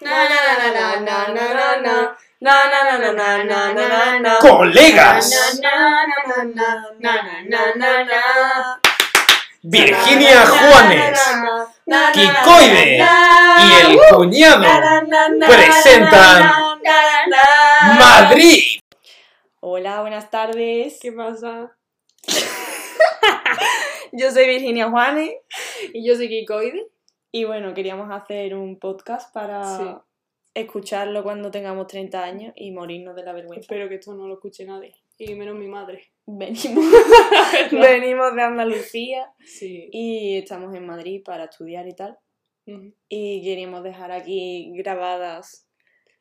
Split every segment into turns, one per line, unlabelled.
Na, na, na, na, na, na, na. Na, na, na, na, na, na, na, na.
¡Colegas!
Na, na, na, na, na, na, na, na.
Virginia Juanes
Na, na, na, na, na, na, na.
Kikoide y el cuñado
Na, na, na,
presentan
na, na, na, na.
Madrid.
Hola, buenas tardes.
¿Qué pasa?
Yo soy Virginia Juanes
Y yo soy Kikoide.
y bueno, queríamos hacer un podcast para
Sí.
escucharlo cuando tengamos 30 años y morirnos de la vergüenza.
Espero que esto no lo escuche nadie. Y menos mi madre.
Venimos, venimos de Andalucía
Sí.
y estamos en Madrid para estudiar y tal. Y queríamos dejar aquí grabadas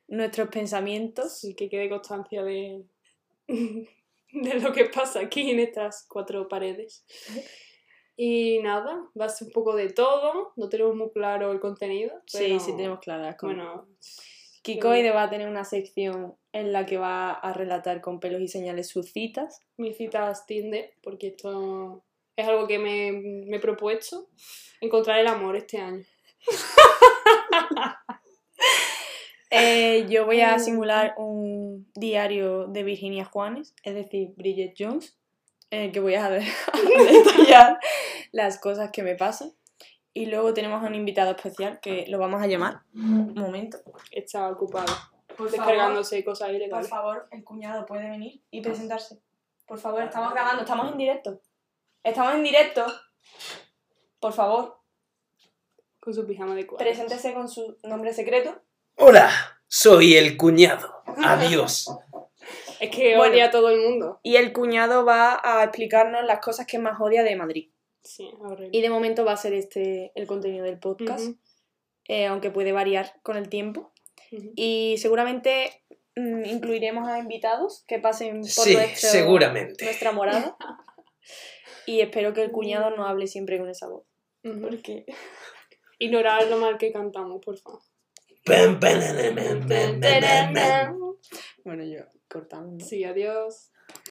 nuestros pensamientos.
Sí, que quede constancia de, de lo que pasa aquí en estas cuatro paredes. Y nada, va a ser un poco de todo. No tenemos muy claro el contenido.
Sí,
pero,
sí tenemos claras. como-
Bueno,
Kikoide va a tener una sección en la que va a relatar con pelos y señales sus citas.
mis citas Tinder, porque esto es algo que me, me he propuesto. Encontrar el amor este año.
Eh, yo voy a
Mm.
simular un diario de Virginia Juanes, es decir, Bridget Jones, en el que voy a de- detallar las cosas que me pasan. Y luego tenemos a un invitado especial que lo vamos a llamar. Un momento.
Está ocupado,
Por
descargándose cosas ilegales.
favor, el cuñado puede venir y presentarse. Por favor, estamos grabando, estamos en directo. Estamos en directo. Por favor,
Con su pijama de cuadros.
preséntese con su nombre secreto.
Hola, soy el cuñado. Adiós.
Es que
Bueno.
odia a todo el mundo.
Y el cuñado va a explicarnos las cosas que más odia de Madrid.
Sí, horrible.
Y de momento va a ser este el contenido del podcast,
Ujú,
eh, aunque puede variar con el tiempo.
ujú.
Y seguramente mm, incluiremos a invitados que pasen por
Sí,
nuestro-
seguramente.
nuestra morada. y espero que el cuñado no hable siempre con esa voz.
Ujú.
Porque
Ignorar lo mal que cantamos, por favor.
Pam, pam, pam, pam, pam, pam, pam, pam.
Bueno, yo cortando.
Sí, adiós.